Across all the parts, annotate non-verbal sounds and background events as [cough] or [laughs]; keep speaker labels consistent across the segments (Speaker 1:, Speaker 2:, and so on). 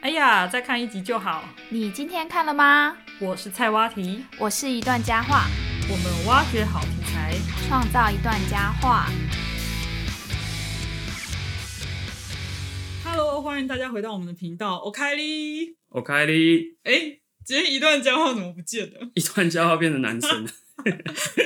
Speaker 1: 哎呀，再看一集就好。
Speaker 2: 你今天看了吗？
Speaker 1: 我是菜蛙题，
Speaker 2: 我是一段佳话，
Speaker 1: 我们挖掘好题材。
Speaker 2: 创造一段佳话。
Speaker 1: Hello，欢迎大家回到我们的频道。OK 哩，
Speaker 3: 我开哩，
Speaker 1: 哎，今天一段佳话怎么不见了？
Speaker 3: 一段笑话变成男
Speaker 1: [laughs]
Speaker 3: 生，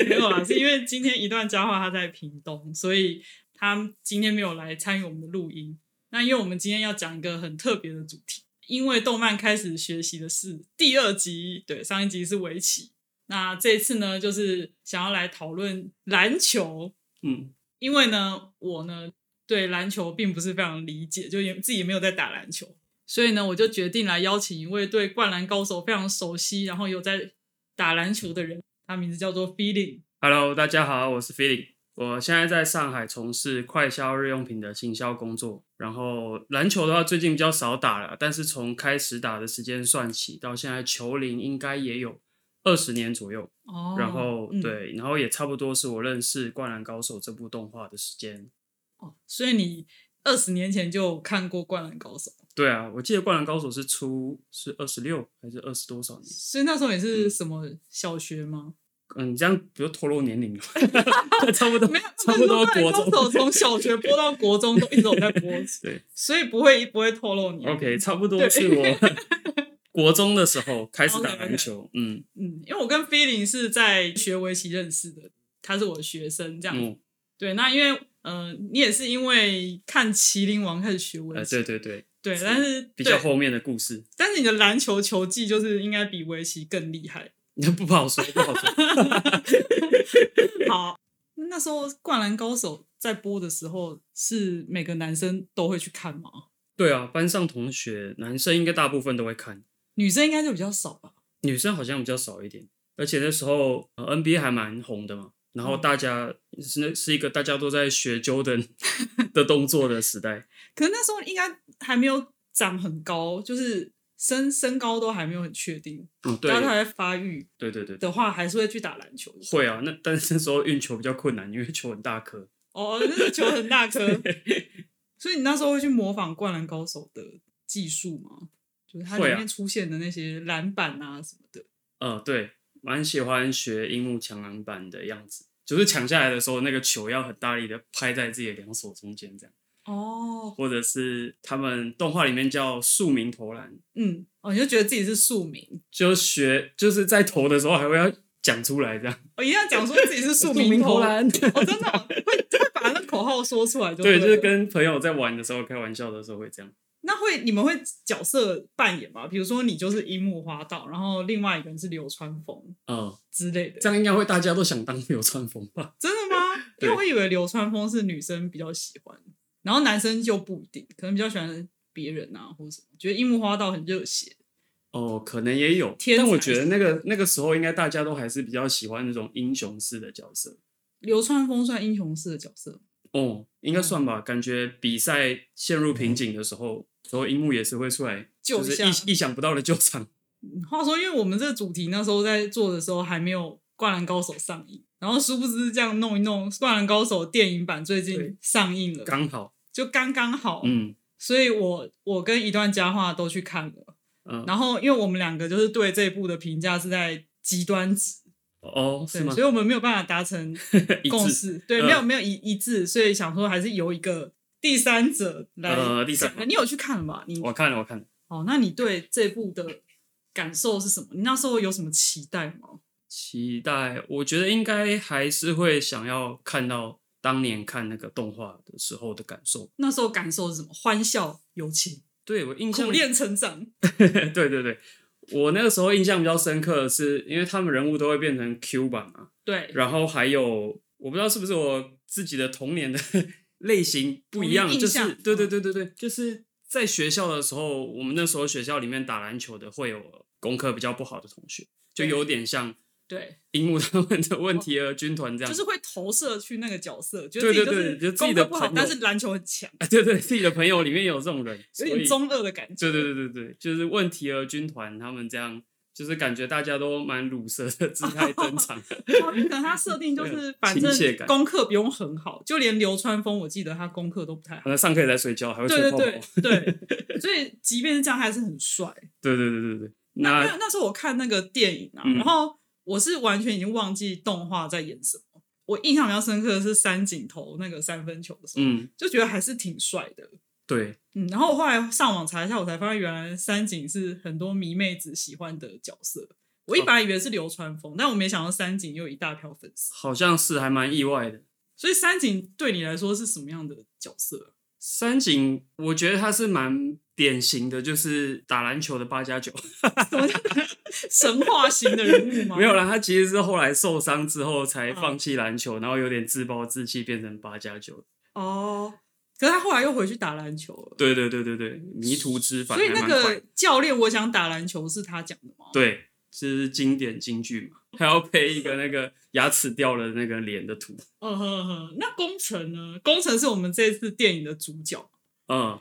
Speaker 1: 没有啊啦，是因为今天一段佳话他在屏东，所以他今天没有来参与我们的录音。那因为我们今天要讲一个很特别的主题，因为动漫开始学习的是第二集，对，上一集是围棋，那这次呢就是想要来讨论篮球，
Speaker 3: 嗯，
Speaker 1: 因为呢我呢对篮球并不是非常理解，就也自己也没有在打篮球，所以呢我就决定来邀请一位对灌篮高手非常熟悉，然后有在打篮球的人，他名字叫做 Feeling。
Speaker 3: Hello，大家好，我是 Feeling，我现在在上海从事快销日用品的行销工作。然后篮球的话，最近比较少打了，但是从开始打的时间算起，到现在球龄应该也有二十年左右。
Speaker 1: 哦
Speaker 3: 然后、
Speaker 1: 嗯
Speaker 3: 对，然后也差不多是我认识《灌篮高手》这部动画的时间。
Speaker 1: 哦，所以你二十年前就看过《灌篮高手》，
Speaker 3: 对啊，我记得《灌篮高手》是出是二十六还是二十多少年？
Speaker 1: 所以那时候也是
Speaker 3: 嗯
Speaker 1: 什么小学吗？
Speaker 3: 嗯，你这样不就透露年
Speaker 1: [laughs]
Speaker 3: 龄了？ [laughs] 差不多，
Speaker 1: 没有，
Speaker 3: 差不多
Speaker 1: 那时候灌篮
Speaker 3: 国中。
Speaker 1: 高手从小学播到国中都一直有在播， [laughs]
Speaker 3: 对，
Speaker 1: 所以不会不会透露你。
Speaker 3: OK，差不多
Speaker 1: 嗯对
Speaker 3: 是我
Speaker 1: [laughs]
Speaker 3: 国中的时候开始打
Speaker 1: OK，OK
Speaker 3: 篮球，嗯
Speaker 1: 嗯，因为我跟 Feeling 是在学围棋认识的，他是我的学生这样。
Speaker 3: 嗯，
Speaker 1: 对，那因为呃，你也是因为看《麒麟王》开始学围
Speaker 3: 呃，
Speaker 1: 棋，
Speaker 3: 对对对，
Speaker 1: 对
Speaker 3: 是
Speaker 1: 但是
Speaker 3: 比
Speaker 1: 对
Speaker 3: 较后面的故事， [laughs]
Speaker 1: 但是你的篮球球技就是应该比围棋更厉害。
Speaker 3: 不
Speaker 1: [laughs]
Speaker 3: 好说，不好说。
Speaker 1: 好，那时候《灌篮高手》在播的时候，是每个男生都会去看吗？
Speaker 3: 对啊，班上同学男生应该大部分都会看，
Speaker 1: 女生应该就比较少吧？
Speaker 3: 女生好像比较少一点。而且那时候、呃 NBA 还蛮红的嘛，然后
Speaker 1: 嗯
Speaker 3: 大家是那是一个大家都在学 Jordan 的动作的时代，
Speaker 1: 可是那时候应该还没有长很高，就是身身高都还没有很确定，
Speaker 3: 嗯，对
Speaker 1: 然后他还在发育
Speaker 3: 对对对，对
Speaker 1: 的话，还是会去打篮球。
Speaker 3: 会啊。那但是那时候运球比较困难，因为球很大颗，
Speaker 1: 哦，那个球很大
Speaker 3: [laughs]
Speaker 1: 颗，所以你那时候会去模仿《灌篮高手》的技术吗？就是它里
Speaker 3: 会啊
Speaker 1: 面出现的那些篮板啊什么的。
Speaker 3: 呃，对，蛮喜欢学樱木强篮板的样子，就是抢下来的时候，那个球要很大力的拍在自己的两手中间这样，
Speaker 1: 哦，
Speaker 3: 或者是他们动画里面叫庶民投篮，
Speaker 1: 嗯，哦，你就觉得自己是庶民，
Speaker 3: 就学就是在投的时候还会要讲出来这样，
Speaker 1: 我、哦一定要讲说自己是 [laughs] 庶民投篮。，哦，真的哦、会会把那口号说出来就
Speaker 3: 对，
Speaker 1: 了
Speaker 3: 就是跟朋友在玩的时候开玩笑的时候会这样，
Speaker 1: 那会你们会角色扮演吗？比如说你就是樱木花道，然后另外一个人是流川枫
Speaker 3: 嗯、
Speaker 1: 之类的，
Speaker 3: 这样应该会大家都想当流川枫
Speaker 1: [laughs]
Speaker 3: 吧？
Speaker 1: 真的吗？因
Speaker 3: 对嗯
Speaker 1: 为我以为流川枫是女生比较喜欢，然后男生就不一定，可能比较喜欢别人啊，或者什么，觉得樱木花道很热血。
Speaker 3: 哦，可能也有，
Speaker 1: 天
Speaker 3: 但我
Speaker 1: 才
Speaker 3: 觉得那个那个时候应该大家都还是比较喜欢那种英雄式的角色。
Speaker 1: 流川枫算英雄式的角色，
Speaker 3: 哦，应该
Speaker 1: 嗯
Speaker 3: 算吧。感觉比赛陷入瓶颈的时候，所有樱木也是会出来，
Speaker 1: 救
Speaker 3: 就
Speaker 1: 一
Speaker 3: 是
Speaker 1: 下
Speaker 3: 意意想不到的救场。
Speaker 1: 嗯话说，因为我们这个主题那时候在做的时候还没有《灌篮高手》上映，然后殊不知这样弄一弄，《灌篮高手》电影版最近
Speaker 3: 对
Speaker 1: 上映了，
Speaker 3: 刚好，
Speaker 1: 就刚刚好。
Speaker 3: 嗯
Speaker 1: 所以我我跟一段佳话都去看了，
Speaker 3: 嗯，
Speaker 1: 然后因为我们两个就是对这部的评价是在极端值，
Speaker 3: 哦，
Speaker 1: 对
Speaker 3: 是，吗
Speaker 1: 所？以我们没有办法达成
Speaker 3: [laughs] 一
Speaker 1: 共
Speaker 3: 致。
Speaker 1: 识，对，
Speaker 3: 嗯
Speaker 1: 没有没有一一致，所以想说还是由一个第三者来讲。
Speaker 3: 呃第三者
Speaker 1: 你有去看了吧？你
Speaker 3: 我看了，我看了。
Speaker 1: 哦，那你对这部的感受是什么？你那时候有什么期待吗？
Speaker 3: 期待，我觉得应该还是会想要看到当年看那个动画的时候的感受。
Speaker 1: 那时候感受是什么？欢笑、友情、
Speaker 3: 对我印象
Speaker 1: 苦练成长。
Speaker 3: [laughs] 对对对，我那个时候印象比较深刻的是，因为他们人物都会变成 Q 版嘛，
Speaker 1: 对，
Speaker 3: 然后还有，我不知道是不是我自己的童年的 [laughs] 类型不一样
Speaker 1: 童，年印
Speaker 3: 就是
Speaker 1: 象嗯
Speaker 3: 对对对对对，就是在学校的时候，我们那时候学校里面打篮球的会有功课比较不好的同学，就
Speaker 1: 对
Speaker 3: 有点像
Speaker 1: 对，
Speaker 3: 樱木他们的问题儿军团这样，
Speaker 1: 就是会投射去那个角色，觉得
Speaker 3: 对
Speaker 1: 自己
Speaker 3: 对
Speaker 1: 就
Speaker 3: 对
Speaker 1: 是
Speaker 3: 就自己的
Speaker 1: 功课不好，
Speaker 3: 朋友
Speaker 1: 但是篮球很强，
Speaker 3: 啊对对，自己的朋友里面有这种人，
Speaker 1: 有
Speaker 3: 所以
Speaker 1: 点中二的感觉。
Speaker 3: 对对对对对，就是问题儿军团他们这样。就是感觉大家都蛮乳蛇的姿
Speaker 1: [laughs]
Speaker 3: 态登场。
Speaker 1: 哦可能他设定就
Speaker 3: 对
Speaker 1: 是
Speaker 3: 啊，
Speaker 1: 反
Speaker 3: 亲切
Speaker 1: 正
Speaker 3: 感
Speaker 1: 功课不用很好，就连流川枫，我记得他功课都不太好。
Speaker 3: 他上课也在睡觉，还会吹
Speaker 1: 对
Speaker 3: 泡泡。
Speaker 1: 对对
Speaker 3: [laughs]
Speaker 1: 对，所以即便是这样，他还是很帅。
Speaker 3: 对对对对对
Speaker 1: 那
Speaker 3: 那
Speaker 1: 那那时候我看那个电影啊，
Speaker 3: 啊嗯
Speaker 1: 然后我是完全已经忘记动画在演什么。我印象比较深刻的是三井投那个三分球的时候，
Speaker 3: 嗯，
Speaker 1: 就觉得还是挺帅的。
Speaker 3: 对，
Speaker 1: 嗯，然后我后来上网查一下，我才发现原来三井是很多迷妹子喜欢的角色。我一
Speaker 3: 哦
Speaker 1: 本来以为是流川枫，但我没想到三井又有一大票粉丝。
Speaker 3: 好像是还蛮意外的。
Speaker 1: 所以三井对你来说是什么样的角色？
Speaker 3: 三井，我觉得他是蛮典型的，就是打篮球的八加九。
Speaker 1: 神话型的人物吗？
Speaker 3: [laughs] 没有啦，他其实是后来受伤之后
Speaker 1: 嗯
Speaker 3: 才放弃篮球，然后有点自暴自弃，变成八加九。
Speaker 1: 哦，可是他后来又回去打篮球了。
Speaker 3: 对对对对对，迷途知返
Speaker 1: 所以
Speaker 3: 还
Speaker 1: 那
Speaker 3: 蛮快
Speaker 1: 个
Speaker 3: 的。
Speaker 1: 教练，我想打篮球是他讲的吗？
Speaker 3: 对，这是经典金句嘛，还要配一个那个牙齿掉了那个脸的图。
Speaker 1: 嗯哼哼。那工程呢？工程是我们这次电影的主角，
Speaker 3: 嗯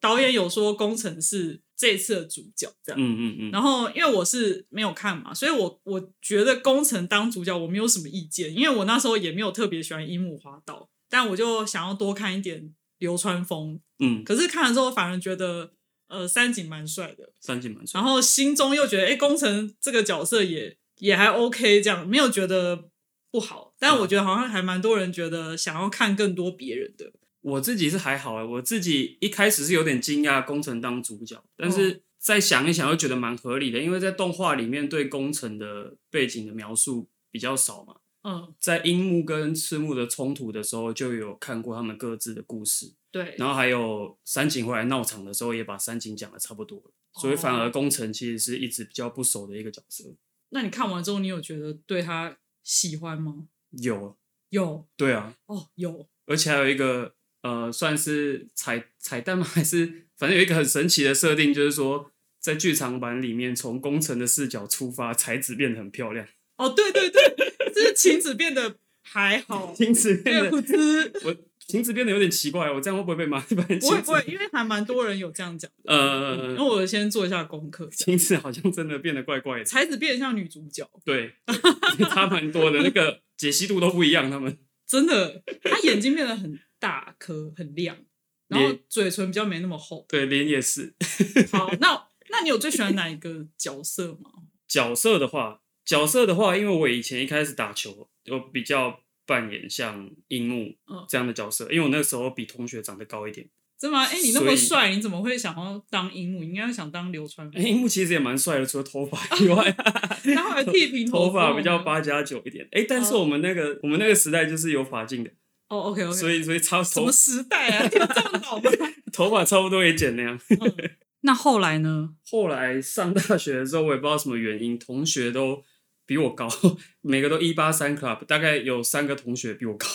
Speaker 1: 导演有说工程是这次的主角这样。
Speaker 3: 嗯嗯嗯，
Speaker 1: 然后，因为我是没有看嘛，所以我我觉得工程当主角我没有什么意见，因为我那时候也没有特别喜欢樱木花道，但我就想要多看一点流川枫
Speaker 3: 嗯，
Speaker 1: 可是看了之后，反而觉得呃三井蛮帅的，
Speaker 3: 三井蛮帅
Speaker 1: 然。后心中又觉得哎、诶宫城这个角色也也还 OK，这样没有觉得不好。但我觉得好像还蛮多人觉得想要看更多别人的，
Speaker 3: 我自己是还好啊，我自己一开始是有点惊讶工程当主角，但是再想一想又觉得蛮合理的，因为在动画里面对工程的背景的描述比较少嘛，
Speaker 1: 嗯，
Speaker 3: 在樱木跟赤木的冲突的时候就有看过他们各自的故事，
Speaker 1: 对，
Speaker 3: 然后还有三井回来闹场的时候也把三井讲的差不多了，所以反而工程其实是一直比较不熟的一个角色。
Speaker 1: 那你看完之后，你有觉得对他喜欢吗？
Speaker 3: 有，啊
Speaker 1: 有
Speaker 3: 对啊，
Speaker 1: 哦，有，
Speaker 3: 而且还有一个呃，算是彩彩蛋吗？ [laughs] 还是反正有一个很神奇的设定，就是说在剧场版里面，从工程的视角出发，彩子变得很漂亮，，
Speaker 1: 哦，对对对，就是晴子变得还好
Speaker 3: [laughs] 晴子变
Speaker 1: 对，不
Speaker 3: 得
Speaker 1: 知
Speaker 3: 我晴子变得有点奇怪，我这样会不会被骂？ [laughs] 不然
Speaker 1: 不会
Speaker 3: 晴
Speaker 1: 不会，
Speaker 3: 子
Speaker 1: 因为还蛮多人有这样讲的。
Speaker 3: 呃
Speaker 1: 那，我先做一下功课。这样
Speaker 3: 晴子好像真的变得怪怪的，
Speaker 1: 才子变得像女主角， [laughs]
Speaker 3: 对，对差蛮多的，那个解析度都不一样，他们
Speaker 1: 真的，他眼睛变得很大颗、很亮，然后
Speaker 3: 脸
Speaker 1: 嘴唇比较没那么厚。
Speaker 3: 对脸也是
Speaker 1: 好，那那你有最喜欢哪一个角色吗？
Speaker 3: 角色的话，角
Speaker 1: 嗯
Speaker 3: 色的话，因为我以前一开始打球，我比较扮演像樱木
Speaker 1: 嗯
Speaker 3: 这样的角色，因为我那时候比同学长得高一点。
Speaker 1: 真的吗？哎、你那么
Speaker 3: 所以
Speaker 1: 帅，你怎么会想要当樱木？你应该想当流川
Speaker 3: 哎
Speaker 1: 枫。
Speaker 3: 樱、木其实也蛮帅的，除了头发以外，
Speaker 1: 他后来
Speaker 3: [laughs]
Speaker 1: 剃平
Speaker 3: 头
Speaker 1: 哦发
Speaker 3: 发比较八加九一点。哎、但是
Speaker 1: 哦
Speaker 3: 我们那个、我们那个时代就是有发镜的，
Speaker 1: 哦，OK OK。
Speaker 3: 所以所以差
Speaker 1: 什
Speaker 3: 头
Speaker 1: 么时代啊？ [laughs] 有这么老吗？
Speaker 3: 头发差不多也剪那样。
Speaker 1: 嗯那后来呢？
Speaker 3: 后来上大学的时候，我也不知道什么原因，同学都比我高，每个都一八三 club，大概有三个同学比我高，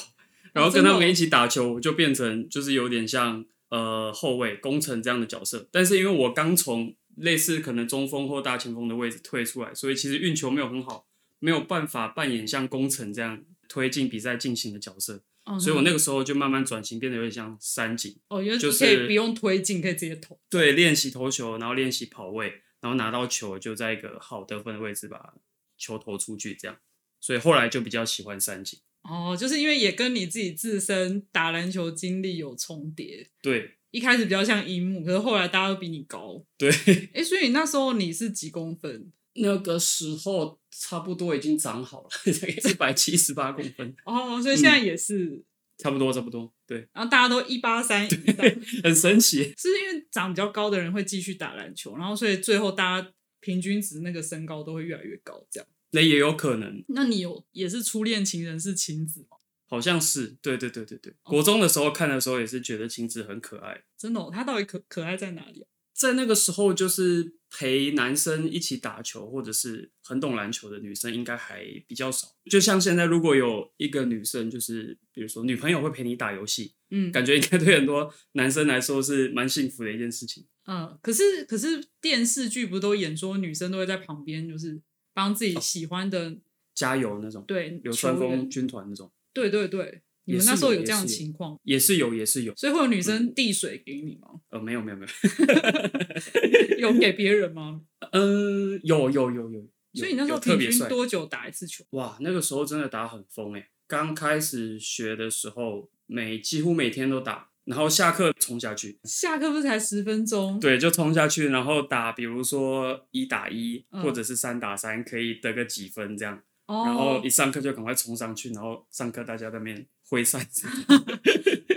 Speaker 3: 然后
Speaker 1: 真
Speaker 3: 跟他
Speaker 1: 的
Speaker 3: 们
Speaker 1: 哦
Speaker 3: 一起打球，我就变成就是有点像呃后卫、攻城这样的角色。但是因为我刚从类似可能中锋或大前锋的位置退出来，所以其实运球没有很好，没有办法扮演像攻城这样推进比赛进行的角色，
Speaker 1: 哦
Speaker 3: 所以我那个时候就慢慢转型，变得有点像三井。
Speaker 1: 哦，原来
Speaker 3: 就
Speaker 1: 你
Speaker 3: 是
Speaker 1: 可以不用推进，可以直接投。
Speaker 3: 对，练习投球，然后练习跑位，然后拿到球就在一个好得分的位置把球投出去，这样。所以后来就比较喜欢三井。
Speaker 1: 哦，就是因为也跟你自己自身打篮球经历有重叠。
Speaker 3: 对
Speaker 1: 一开始比较像樱木，可是后来大家都比你高。
Speaker 3: 对，
Speaker 1: 哎、所以那时候你是几公分？
Speaker 3: 那个时候差不多已经长好了， [laughs] 大概一百七十八公分，
Speaker 1: 哦，所以现在
Speaker 3: 嗯
Speaker 1: 也是，
Speaker 3: 差不多差不多。对，
Speaker 1: 然后大家都一八三以上，
Speaker 3: 很神奇。
Speaker 1: 是因为长比较高的人会继续打篮球，然后所以最后大家平均值那个身高都会越来越高，这样。
Speaker 3: 那也有可能，
Speaker 1: 那你有也是初恋情人是晴子吗？
Speaker 3: 好像是。对对对对对，国中的时候看的时候也是觉得晴子很可爱。
Speaker 1: 真的、哦，他到底可可爱在哪里啊、
Speaker 3: 在那个时候，就是陪男生一起打球，或者是很懂篮球的女生，应该还比较少。就像现在，如果有一个女生，就是比如说女朋友会陪你打游戏，
Speaker 1: 嗯
Speaker 3: 感觉应该对很多男生来说是蛮幸福的一件事情。
Speaker 1: 嗯，可是可是电视剧不都演说女生都会在旁边，就是帮自己喜欢的、
Speaker 3: 加油那种，
Speaker 1: 对
Speaker 3: 哦流川
Speaker 1: 球员
Speaker 3: 枫军团那种，
Speaker 1: 对对对，你们那时候有这样的情况，
Speaker 3: 也是有，也是有。
Speaker 1: 所以会有女
Speaker 3: 嗯
Speaker 1: 生递水给你吗？ [laughs]
Speaker 3: 呃，没有，没有，没有。
Speaker 1: 有给别人吗？
Speaker 3: 嗯，有，有，有，有。
Speaker 1: 所以你那时候
Speaker 3: 有有特
Speaker 1: 平
Speaker 3: 别
Speaker 1: 均
Speaker 3: 帅
Speaker 1: 多久打一次球？
Speaker 3: 哇，那个时候真的打很疯哎、刚开始学的时候，每几乎每天都打，然后下课冲下去，
Speaker 1: 下课不是才十分钟？，
Speaker 3: 对，就冲下去，然后打，比如说一打一、
Speaker 1: 嗯
Speaker 3: 或者是三打三，可以得个几分这样。然
Speaker 1: 哦
Speaker 3: 后，一上课就赶快冲上去，然后上课大家在那边挥扇子。 [laughs]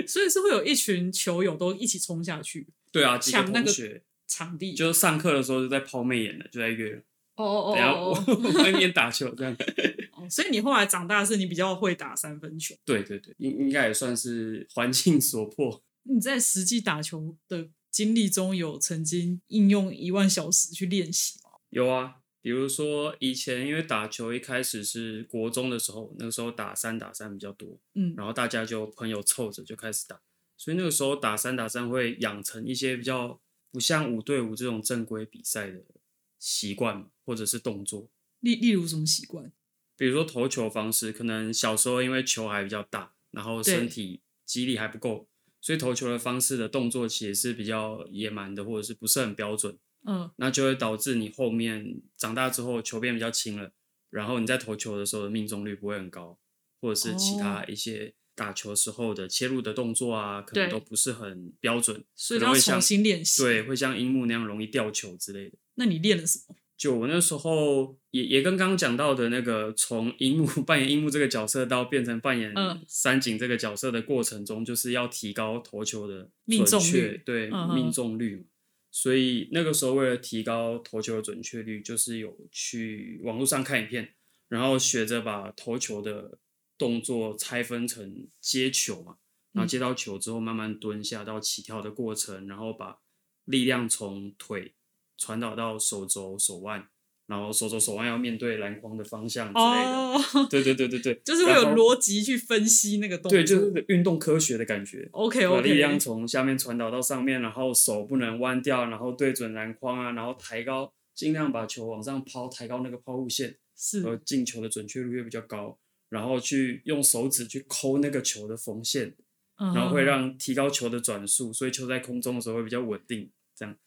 Speaker 1: 所以是会有一群球友都一起冲下去
Speaker 3: 对啊，几个
Speaker 1: 抢那
Speaker 3: 同
Speaker 1: 个
Speaker 3: 学。
Speaker 1: 场地。
Speaker 3: 就上课的时候就在抛媚眼了，就在约了，
Speaker 1: 哦哦
Speaker 3: 然后
Speaker 1: 哦哦
Speaker 3: 我我在那边打球这样。 [laughs]
Speaker 1: 哦，所以你后来长大是你比较会打三分球。
Speaker 3: 对对对，应应该也算是环境所迫。
Speaker 1: 你在实际打球的经历中有曾经应用一万小时去练习吗？
Speaker 3: 有啊，比如说以前因为打球一开始是国中的时候，那个时候打三打三比较多，
Speaker 1: 嗯，
Speaker 3: 然后大家就朋友凑着就开始打，所以那个时候打三打三会养成一些比较不像五对五这种正规比赛的习惯或者是动作，
Speaker 1: 例例如什么习惯？
Speaker 3: 比如说投球方式，可能小时候因为球还比较大，然后
Speaker 1: 对
Speaker 3: 身体肌力还不够，所以投球的方式的动作其实是比较野蛮的，或者是不是很标准。
Speaker 1: 嗯，
Speaker 3: 那就会导致你后面长大之后球变比较轻了，然后你在投球的时候的命中率不会很高，或者是其他
Speaker 1: 哦
Speaker 3: 一些打球时候的切入的动作啊，可能
Speaker 1: 对
Speaker 3: 都不是很标准，
Speaker 1: 所以
Speaker 3: 可
Speaker 1: 都
Speaker 3: 能
Speaker 1: 要
Speaker 3: 会
Speaker 1: 重
Speaker 3: 像
Speaker 1: 新练习。，
Speaker 3: 对，会像樱木那样容易掉球之类的。
Speaker 1: 那你练了什么？
Speaker 3: 就我那时候也也跟刚刚讲到的那个，从樱木 [laughs] 扮演樱木这个角色到变成扮演
Speaker 1: 嗯
Speaker 3: 三井这个角色的过程中，就是要提高投球的
Speaker 1: 命中
Speaker 3: 准
Speaker 1: 率
Speaker 3: 确，对、
Speaker 1: 嗯哼
Speaker 3: 命中率嘛。所以那个时候为了提高投球的准确率，就是有去网络上看影片，然后学着把投球的动作拆分成接球嘛，
Speaker 1: 嗯
Speaker 3: 然后接到球之后慢慢蹲下到起跳的过程，然后把力量从腿传导到手肘、手腕，然后手肘、手腕要面对篮筐的方向之类的。
Speaker 1: 哦，
Speaker 3: 对对对对对，
Speaker 1: [laughs] 就是会有
Speaker 3: 然后
Speaker 1: 逻辑去分析那个动作。
Speaker 3: 对，就是运动科学的感觉。
Speaker 1: OK
Speaker 3: 把
Speaker 1: OK。
Speaker 3: 力量从下面传导到上面，然后手不能弯掉，然后对准篮筐啊，然后抬高，尽量把球往上抛，抬高那个抛物线，呃
Speaker 1: 是，
Speaker 3: 进球的准确率会比较高。然后去用手指去抠那个球的缝线，
Speaker 1: 然
Speaker 3: 然后会让提高球的转速，所以球在空中的时候会比较稳定。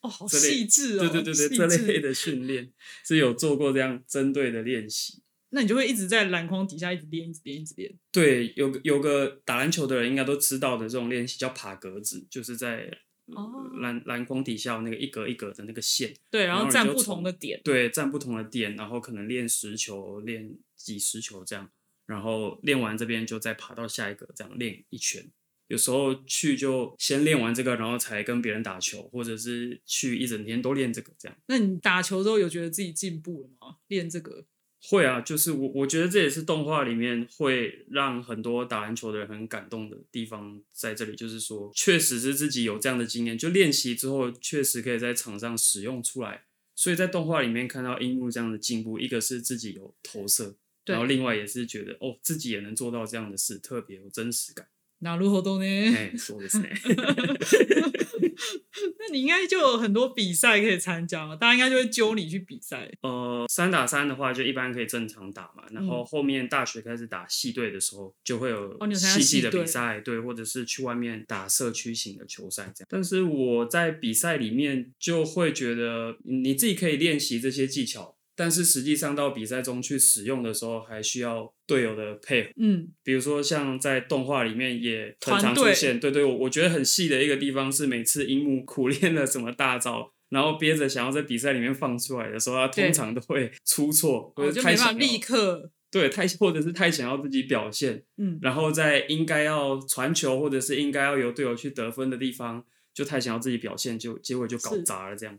Speaker 1: 哦，好
Speaker 3: 这类
Speaker 1: 细致哦，
Speaker 3: 对对对对，
Speaker 1: 细
Speaker 3: 这
Speaker 1: 致
Speaker 3: 类的训练是有做过这样针对的练习。
Speaker 1: 那你就会一直在篮筐底下一直练，一直练，一直练。
Speaker 3: 对，有个有个打篮球的人应该都知道的这种练习叫爬格子，就是在
Speaker 1: 哦
Speaker 3: 篮篮筐底下有那个一格一格的那个线，
Speaker 1: 对，
Speaker 3: 然
Speaker 1: 然
Speaker 3: 后
Speaker 1: 后
Speaker 3: 你
Speaker 1: 站
Speaker 3: 就
Speaker 1: 不
Speaker 3: 从
Speaker 1: 同的点。
Speaker 3: 对，站不同的点，然后可能练十球，练几十球这样，然后练完这边就再爬到下一个，这样练一圈。有时候去就先练完这个，然后才跟别人打球，或者是去一整天都练这个这样。
Speaker 1: 那你打球之后有觉得自己进步了吗？练这个
Speaker 3: 会啊，就是我我觉得这也是动画里面会让很多打篮球的人很感动的地方，在这里就是说，确实是自己有这样的经验，就练习之后确实可以在场上使用出来。所以在动画里面看到樱木这样的进步，一个是自己有投射，
Speaker 1: 对
Speaker 3: 然后另外也是觉得哦，自己也能做到这样的事，特别有真实感。
Speaker 1: 哪路活动呢？
Speaker 3: 哎，说的是呢，
Speaker 1: [laughs] 那你应该就有很多比赛可以参加嘛，大家应该就会揪你去比赛。
Speaker 3: 呃，三打三的话就一般可以正常打嘛，然后后面大学开始打系队的时候，就会有
Speaker 1: 嗯哦你有参加
Speaker 3: 系际的
Speaker 1: 系队
Speaker 3: 比赛，对，或者是去外面打社区型的球赛这样。但是我在比赛里面就会觉得嗯你自己可以练习这些技巧，但是实际上到比赛中去使用的时候，还需要队友的配合。
Speaker 1: 嗯，
Speaker 3: 比如说像在动画里面也很
Speaker 1: 团
Speaker 3: 常出
Speaker 1: 队
Speaker 3: 现，对对，我我觉得很细的一个地方是每次樱木苦练了什么大招，然后憋着想要在比赛里面放出来的时候，他
Speaker 1: 对
Speaker 3: 通常都会出错，或
Speaker 1: 我
Speaker 3: 者
Speaker 1: 哦就
Speaker 3: 太
Speaker 1: 没
Speaker 3: 想
Speaker 1: 办法
Speaker 3: 要
Speaker 1: 立刻。
Speaker 3: 对太或者是太想要自己表现，
Speaker 1: 嗯，
Speaker 3: 然后在应该要传球或者是应该要由队友去得分的地方，就太想要自己表现，就结果就搞
Speaker 1: 是
Speaker 3: 砸了这样。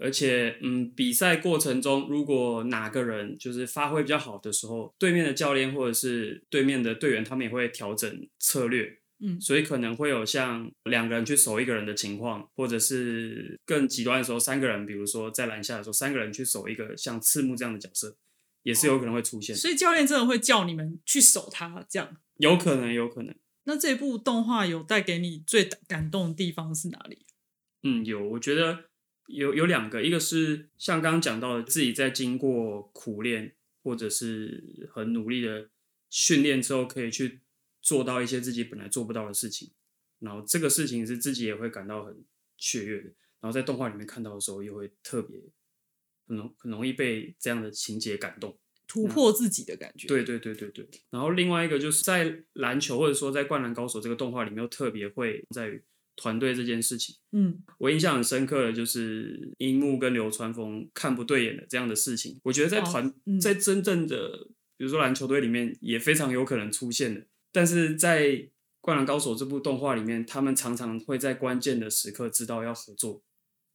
Speaker 3: 而且，嗯，比赛过程中，如果哪个人就是发挥比较好的时候，对面的教练或者是对面的队员，他们也会调整策略，
Speaker 1: 嗯
Speaker 3: 所以可能会有像两个人去守一个人的情况，或者是更极端的时候，三个人，比如说在篮下的时候，三个人去守一个像赤木这样的角色，也是有可能会出现，
Speaker 1: 所以教练真的会叫你们去守他这样。
Speaker 3: 有可能，有可能。
Speaker 1: 那这部动画有带给你最感动的地方是哪里？
Speaker 3: 嗯，有，我觉得有有两个，一个是像刚刚讲到的，自己在经过苦练或者是很努力的训练之后，可以去做到一些自己本来做不到的事情，然后这个事情是自己也会感到很雀跃的，然后在动画里面看到的时候，又会特别很容很容易被这样的情节感动。
Speaker 1: 突破自己的感觉。
Speaker 3: 嗯对对对对对。然后另外一个就是在篮球或者说在《灌篮高手》这个动画里面，又特别会在于团队这件事情。
Speaker 1: 嗯，
Speaker 3: 我印象很深刻的就是樱木跟流川枫看不对眼的这样的事情，我觉得在团、
Speaker 1: 哦嗯
Speaker 3: 在真正的比如说篮球队里面也非常有可能出现的，但是在《灌篮高手》这部动画里面，他们常常会在关键的时刻知道要合作。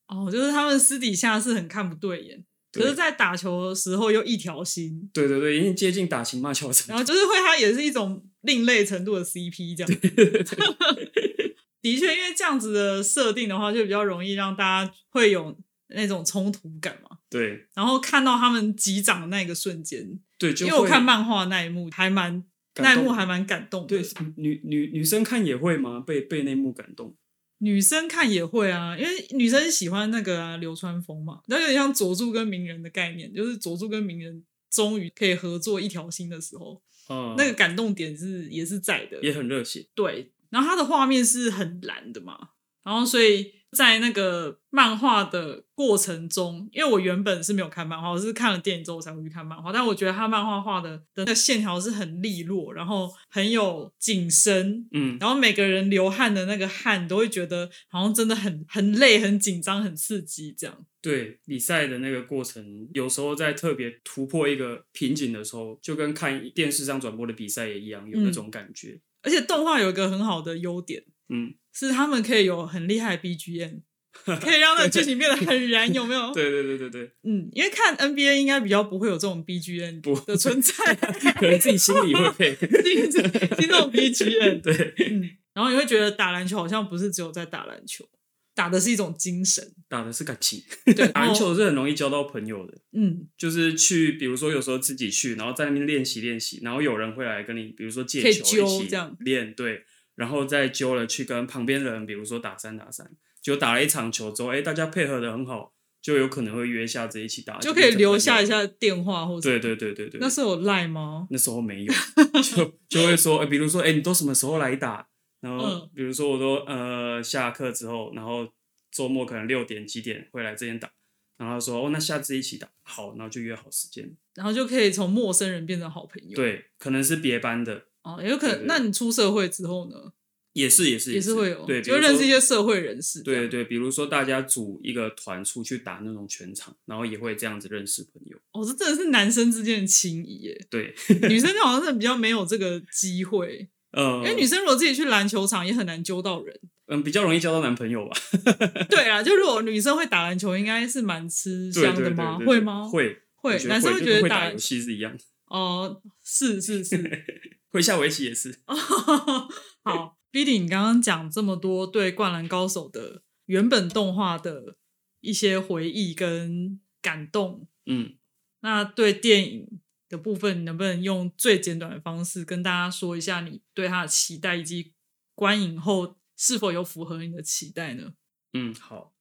Speaker 1: 哦，就是他们私底下是很看不对眼，可是，
Speaker 3: 对
Speaker 1: 在打球的时候又一条心，
Speaker 3: 对对对，已经接近打情骂俏的程度
Speaker 1: 然后就是会，它也是一种另类程度的 CP 这样。 [laughs]
Speaker 3: [laughs]
Speaker 1: 的确，因为这样子的设定的话，就比较容易让大家会有那种冲突感嘛。
Speaker 3: 对
Speaker 1: 然后看到他们击掌的那个瞬间，
Speaker 3: 对，就
Speaker 1: 因为我
Speaker 3: 会
Speaker 1: 看漫画那一幕还蛮那
Speaker 3: 感
Speaker 1: 一幕
Speaker 3: 动
Speaker 1: 还蛮感动的。
Speaker 3: 对女女女生看也会吗？被被内幕感动。
Speaker 1: 女生看也会啊，因为女生喜欢那个啊流川枫嘛，那有点像佐助跟鸣人的概念，就是佐助跟鸣人终于可以合作一条心的时候，
Speaker 3: 哦，
Speaker 1: 那个感动点是也是在的。
Speaker 3: 也很热血。
Speaker 1: 对，然后它的画面是很蓝的嘛，然后所以在那个漫画的过程中，因为我原本是没有看漫画，我是看了电影之后才会去看漫画，但我觉得他漫画画的的那个线条是很利落，然后很有紧身，
Speaker 3: 嗯，
Speaker 1: 然后每个人流汗的那个汗都会觉得好像真的很很累、很紧张、很刺激这样。
Speaker 3: 对，比赛的那个过程，有时候在特别突破一个瓶颈的时候，就跟看电视上转播的比赛也一样，有
Speaker 1: 嗯
Speaker 3: 那种感觉。
Speaker 1: 而且动画有一个很好的优点
Speaker 3: 嗯，
Speaker 1: 是，他们可以有很厉害的 BGM，可以
Speaker 3: [laughs]
Speaker 1: 让那个剧情变得很燃，有没有？
Speaker 3: 对对对对对， [laughs]
Speaker 1: 嗯，因为看 NBA 应该比较不会有这种
Speaker 3: 不
Speaker 1: BGM 的存在， [laughs]
Speaker 3: 可能自己心里会 [laughs] 配。
Speaker 1: 听这听这种 BGM，
Speaker 3: [laughs] 对，
Speaker 1: 嗯，然后你会觉得打篮球好像不是只有在打篮球，打的是一种精神，
Speaker 3: 打的是感情，
Speaker 1: 对，
Speaker 3: [laughs] 打篮
Speaker 1: 然后，
Speaker 3: 球是很容易交到朋友的。
Speaker 1: 嗯，
Speaker 3: 就是去，比如说有时候自己去，然后在那边练习练习，然后有人会来跟你，比如说借
Speaker 1: 可以
Speaker 3: 球
Speaker 1: 揪
Speaker 3: 一起
Speaker 1: 这样
Speaker 3: 练，对，然后再揪了去跟旁边人，比如说打三打三，就打了一场球之后，哎，大家配合的很好，就有可能会约下子一起打，
Speaker 1: 就可以留下一
Speaker 3: 下。
Speaker 1: 下电话或者
Speaker 3: 对对对对对，
Speaker 1: 那时候有赖吗？
Speaker 3: 那时候没
Speaker 1: [laughs]
Speaker 3: 有，就就会说，哎，比如说，哎，你都什么时候来打？然后
Speaker 1: 嗯
Speaker 3: 比如说我都呃下课之后，然后周末可能六点几点会来这边打，然后他说哦那下次一起打，好，然后就约好时间。
Speaker 1: 然后就可以从陌生人变成好朋友，，
Speaker 3: 对，可能是别班的，
Speaker 1: 哦，也有可
Speaker 3: 对
Speaker 1: 能。
Speaker 3: 对
Speaker 1: 那你出社会之后呢，
Speaker 3: 也是也是
Speaker 1: 也是会有，
Speaker 3: 对，比
Speaker 1: 就会
Speaker 3: 如
Speaker 1: 认
Speaker 3: 说
Speaker 1: 识一些社会人士，
Speaker 3: 对，对，比如说大家组一个团出去打那种全场，然后也会这样子认识朋友。
Speaker 1: 哦，这真的是男生之间的情谊
Speaker 3: [laughs]
Speaker 1: 耶，
Speaker 3: 对，
Speaker 1: 女生好像是比较没有这个机会。因
Speaker 3: 呃，
Speaker 1: 为女生如果自己去篮球场也很难揪到
Speaker 3: [laughs]
Speaker 1: 人。
Speaker 3: 嗯比较容易交到男朋友吧？
Speaker 1: 对啊，就如果女生会打篮球，应该是蛮吃
Speaker 3: 对
Speaker 1: 香
Speaker 3: 对
Speaker 1: 的
Speaker 3: 对
Speaker 1: 吗？
Speaker 3: 对
Speaker 1: 会
Speaker 3: 对
Speaker 1: 吗？
Speaker 3: 会
Speaker 1: 会
Speaker 3: 我
Speaker 1: 男生会
Speaker 3: 就
Speaker 1: 觉得
Speaker 3: 跟会
Speaker 1: 打
Speaker 3: 打
Speaker 1: 篮
Speaker 3: 游戏是一样，
Speaker 1: 哦、是是是。
Speaker 3: 会下围棋也是。
Speaker 1: [laughs] 好 b i l l y 你刚刚讲这么多对《灌篮高手》的原本动画的一些回忆跟感动，
Speaker 3: 嗯，
Speaker 1: 那对电影的部分，你能不能用最简短的方式跟大家说一下你对它的期待，以及观影后是否有符合你的期待呢？
Speaker 3: 嗯，好，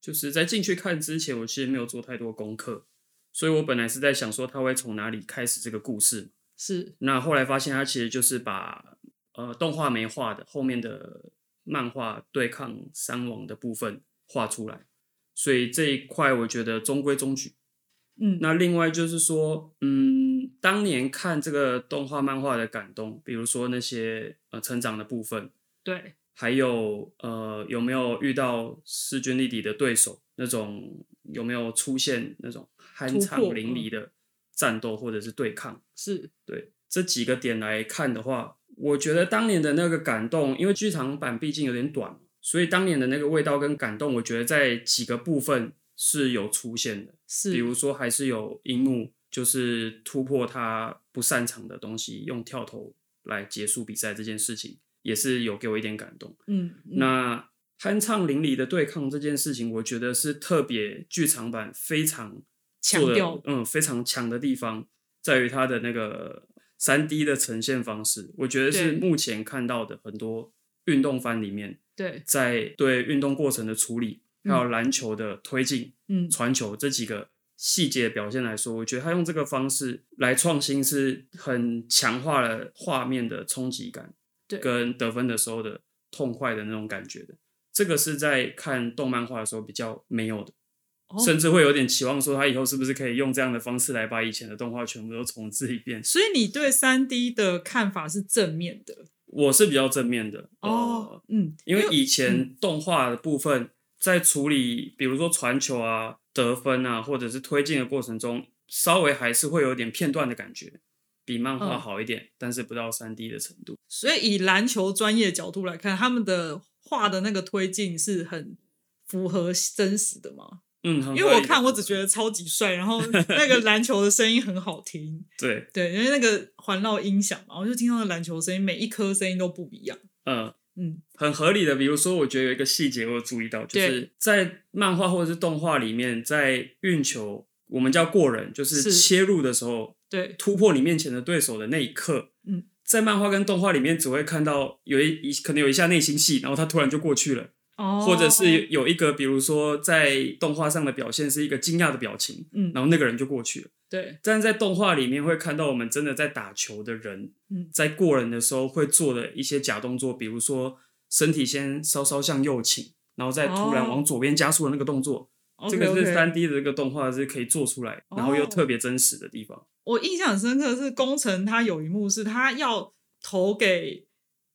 Speaker 3: 就是在进去看之前，我其实没有做太多功课，所以我本来是在想说他会从哪里开始这个故事，
Speaker 1: 是
Speaker 3: 那后来发现他其实就是把呃动画没画的后面的漫画对抗三王的部分画出来，所以这一块我觉得中规中矩。
Speaker 1: 嗯，
Speaker 3: 那另外就是说，嗯，当年看这个动画漫画的感动，比如说那些呃成长的部分，
Speaker 1: 对，
Speaker 3: 还有呃有没有遇到势均力敌的对手，那种有没有出现那种酣
Speaker 1: 突破嗯
Speaker 3: 畅淋漓的战斗或者是对抗。
Speaker 1: 是
Speaker 3: 对这几个点来看的话，我觉得当年的那个感动，因为剧场版毕竟有点短，所以当年的那个味道跟感动，我觉得在几个部分是有出现的。
Speaker 1: 是，
Speaker 3: 比如说，还是有樱木就是突破他不擅长的东西，用跳投来结束比赛这件事情，也是有给我一点感动。
Speaker 1: 嗯，嗯
Speaker 3: 那酣畅淋漓的对抗这件事情，我觉得是特别剧场版非常
Speaker 1: 强
Speaker 3: 做得
Speaker 1: 调
Speaker 3: 嗯，非常强的地方在于它的那个三 D 的呈现方式，我觉得
Speaker 1: 对
Speaker 3: 是目前看到的很多运动番里面，
Speaker 1: 对，
Speaker 3: 在对运动过程的处理，还有篮球的推进、
Speaker 1: 嗯，
Speaker 3: 传球这几个。细节表现来说，我觉得他用这个方式来创新是很强化了画面的冲击感，
Speaker 1: 对
Speaker 3: 跟得分的时候的痛快的那种感觉的。这个是在看动漫画的时候比较没有的，
Speaker 1: 哦
Speaker 3: 甚至会有点期望说他以后是不是可以用这样的方式来把以前的动画全部都重置一遍。
Speaker 1: 所以你对三 D 的看法是正面的
Speaker 3: 我是比较正面的呃
Speaker 1: 哦，嗯，
Speaker 3: 因为以前
Speaker 1: 嗯
Speaker 3: 动画的部分在处理，比如说传球啊、得分啊，或者是推进的过程中，稍微还是会有点片段的感觉，比漫画
Speaker 1: 嗯
Speaker 3: 好一点，但是不到三 D 的程度。
Speaker 1: 所以以篮球专业角度来看，他们的画的那个推进是很符合真实的嘛？
Speaker 3: 嗯，
Speaker 1: 因为我看我只觉得超级帅，然
Speaker 3: [laughs]
Speaker 1: 后那个篮球的声音很好听，
Speaker 3: 对，
Speaker 1: 对，因为那个环绕音响嘛，我就听到那篮球声音，每一颗声音都不一样，
Speaker 3: 嗯。
Speaker 1: 嗯，
Speaker 3: 很合理的，比如说，我觉得有一个细节我有注意到，就
Speaker 1: 对
Speaker 3: 是在漫画或者是动画里面，在运球，我们叫过人，就是
Speaker 1: 是
Speaker 3: 切入的时候，
Speaker 1: 对，
Speaker 3: 突破你面前的对手的那一刻，
Speaker 1: 嗯，在
Speaker 3: 在漫画跟动画里面只会看到有一一可能有一下内心戏，然后他突然就过去了，
Speaker 1: 哦，
Speaker 3: 或者是有一个比如说在动画上的表现是一个惊讶的表情，
Speaker 1: 嗯，
Speaker 3: 然后那个人就过去了。
Speaker 1: 对，
Speaker 3: 但是在动画里面会看到我们真的在打球的人，
Speaker 1: 嗯
Speaker 3: 在过人的时候会做的一些假动作，比如说身体先稍稍向右倾，然后再突然
Speaker 1: 哦
Speaker 3: 往左边加速的那个动作，这
Speaker 1: OK，OK 哦
Speaker 3: 个是三 D 的这个动画是可以做出来，然后又特别真实的地方。
Speaker 1: 我印象很深刻的是工程他有一幕是他要投给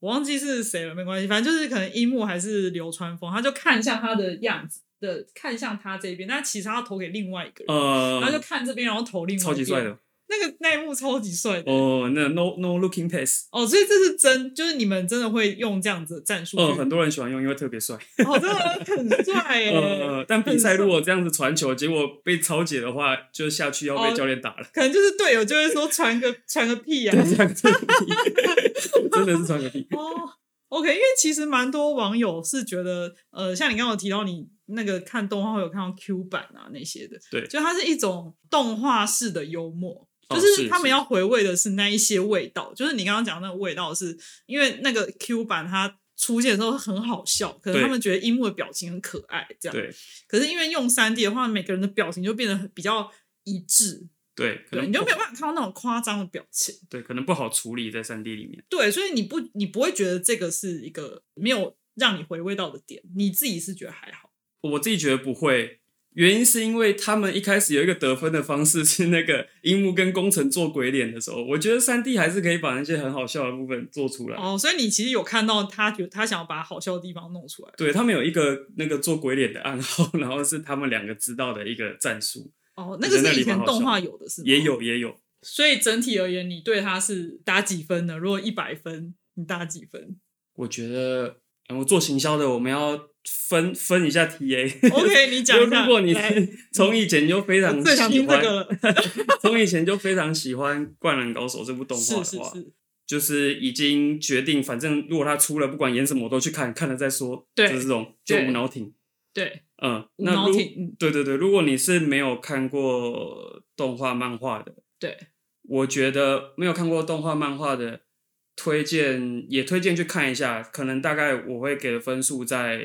Speaker 1: 我忘记是谁了，没关系，反正就是可能樱木还是流川枫，他就看向他的样子的，看向他这边，但其实他要投给另外一个人，
Speaker 3: 呃，
Speaker 1: 然后就看这边，然后投另外一
Speaker 3: 超级帅
Speaker 1: 边
Speaker 3: 的
Speaker 1: 那个那一幕超级帅的。
Speaker 3: 哦，那 no no looking pass，
Speaker 1: 哦，所以这是真，就是你们真的会用这样子的战术去，
Speaker 3: 呃，很多人喜欢用，因为特别帅。
Speaker 1: 哦，真的很帅
Speaker 3: [laughs]
Speaker 1: 耶、
Speaker 3: 呃，但比赛
Speaker 1: 很帅
Speaker 3: 如果这样子传球，结果被超解的话，就下去要被
Speaker 1: 哦
Speaker 3: 教练打了。
Speaker 1: 可能就是队友就会说传个传个屁啊呀、
Speaker 3: 对， [laughs] 这样子真的是传个屁。
Speaker 1: 哦，OK，因为其实蛮多网友是觉得，呃，像你刚刚有提到你那个看动画会有看到 Q 版啊那些的，
Speaker 3: 对
Speaker 1: 就它是一种动画式的幽默。[laughs]
Speaker 3: 哦
Speaker 1: 就是是他们
Speaker 3: 是
Speaker 1: 要回味的是那一些味道，就是你刚刚讲的那个味道是，因为那个 Q 版它出现的时候很好笑，可能
Speaker 3: 对
Speaker 1: 他们觉得樱木的表情很可爱，这样。
Speaker 3: 对
Speaker 1: 可是因为用三 D 的话，每个人的表情就变得很比较一致，
Speaker 3: 对，可
Speaker 1: 对，
Speaker 3: 能
Speaker 1: 你就
Speaker 3: 不
Speaker 1: 没有办法看到那种夸张的表情。
Speaker 3: 对，可能不好处理在三 D 里面。
Speaker 1: 对，所以你不你不会觉得这个是一个没有让你回味到的点，你自己是觉得还好。
Speaker 3: 我自己觉得不会，原因是因为他们一开始有一个得分的方式是那个樱木跟工程做鬼脸的时候，我觉得三 D 还是可以把那些很好笑的部分做出来。
Speaker 1: 哦，所以你其实有看到他觉得他想要把好笑的地方弄出来。
Speaker 3: 对他们有一个那个做鬼脸的暗号， [laughs] 然后是他们两个知道的一个战术，
Speaker 1: 哦，那个
Speaker 3: 我觉得那
Speaker 1: 是
Speaker 3: 里
Speaker 1: 以前
Speaker 3: 蛮好笑
Speaker 1: 动画有的是吗
Speaker 3: 也。有也有。
Speaker 1: 所以整体而言，你对他是打几分呢？如果一百分，你打几
Speaker 3: [laughs]
Speaker 1: 分
Speaker 3: 我觉得，嗯，我做行销的，我们要分分一下 TA。
Speaker 1: ？OK，你讲
Speaker 3: 就
Speaker 1: 一下。
Speaker 3: 如果你
Speaker 1: 来
Speaker 3: 是 [laughs] 从以前就非常
Speaker 1: 我最想
Speaker 3: 喜
Speaker 1: 听这个
Speaker 3: 欢，
Speaker 1: 了，
Speaker 3: 从以前就非常喜欢《灌篮高手》这部动画
Speaker 1: 是
Speaker 3: 的话，
Speaker 1: 是是，
Speaker 3: 就是已经决定，反正如果他出了，不管演什么我都去看，看了再说。
Speaker 1: 对
Speaker 3: 就是这种就
Speaker 1: 对
Speaker 3: 无脑挺。
Speaker 1: 对，
Speaker 3: 嗯，
Speaker 1: 无
Speaker 3: 那
Speaker 1: 脑
Speaker 3: 如
Speaker 1: 挺嗯
Speaker 3: 对对对，如果你是没有看过动画漫画的，
Speaker 1: 对，
Speaker 3: 我觉得没有看过动画漫画的，推荐也推荐去看一下，可能大概我会给的分数在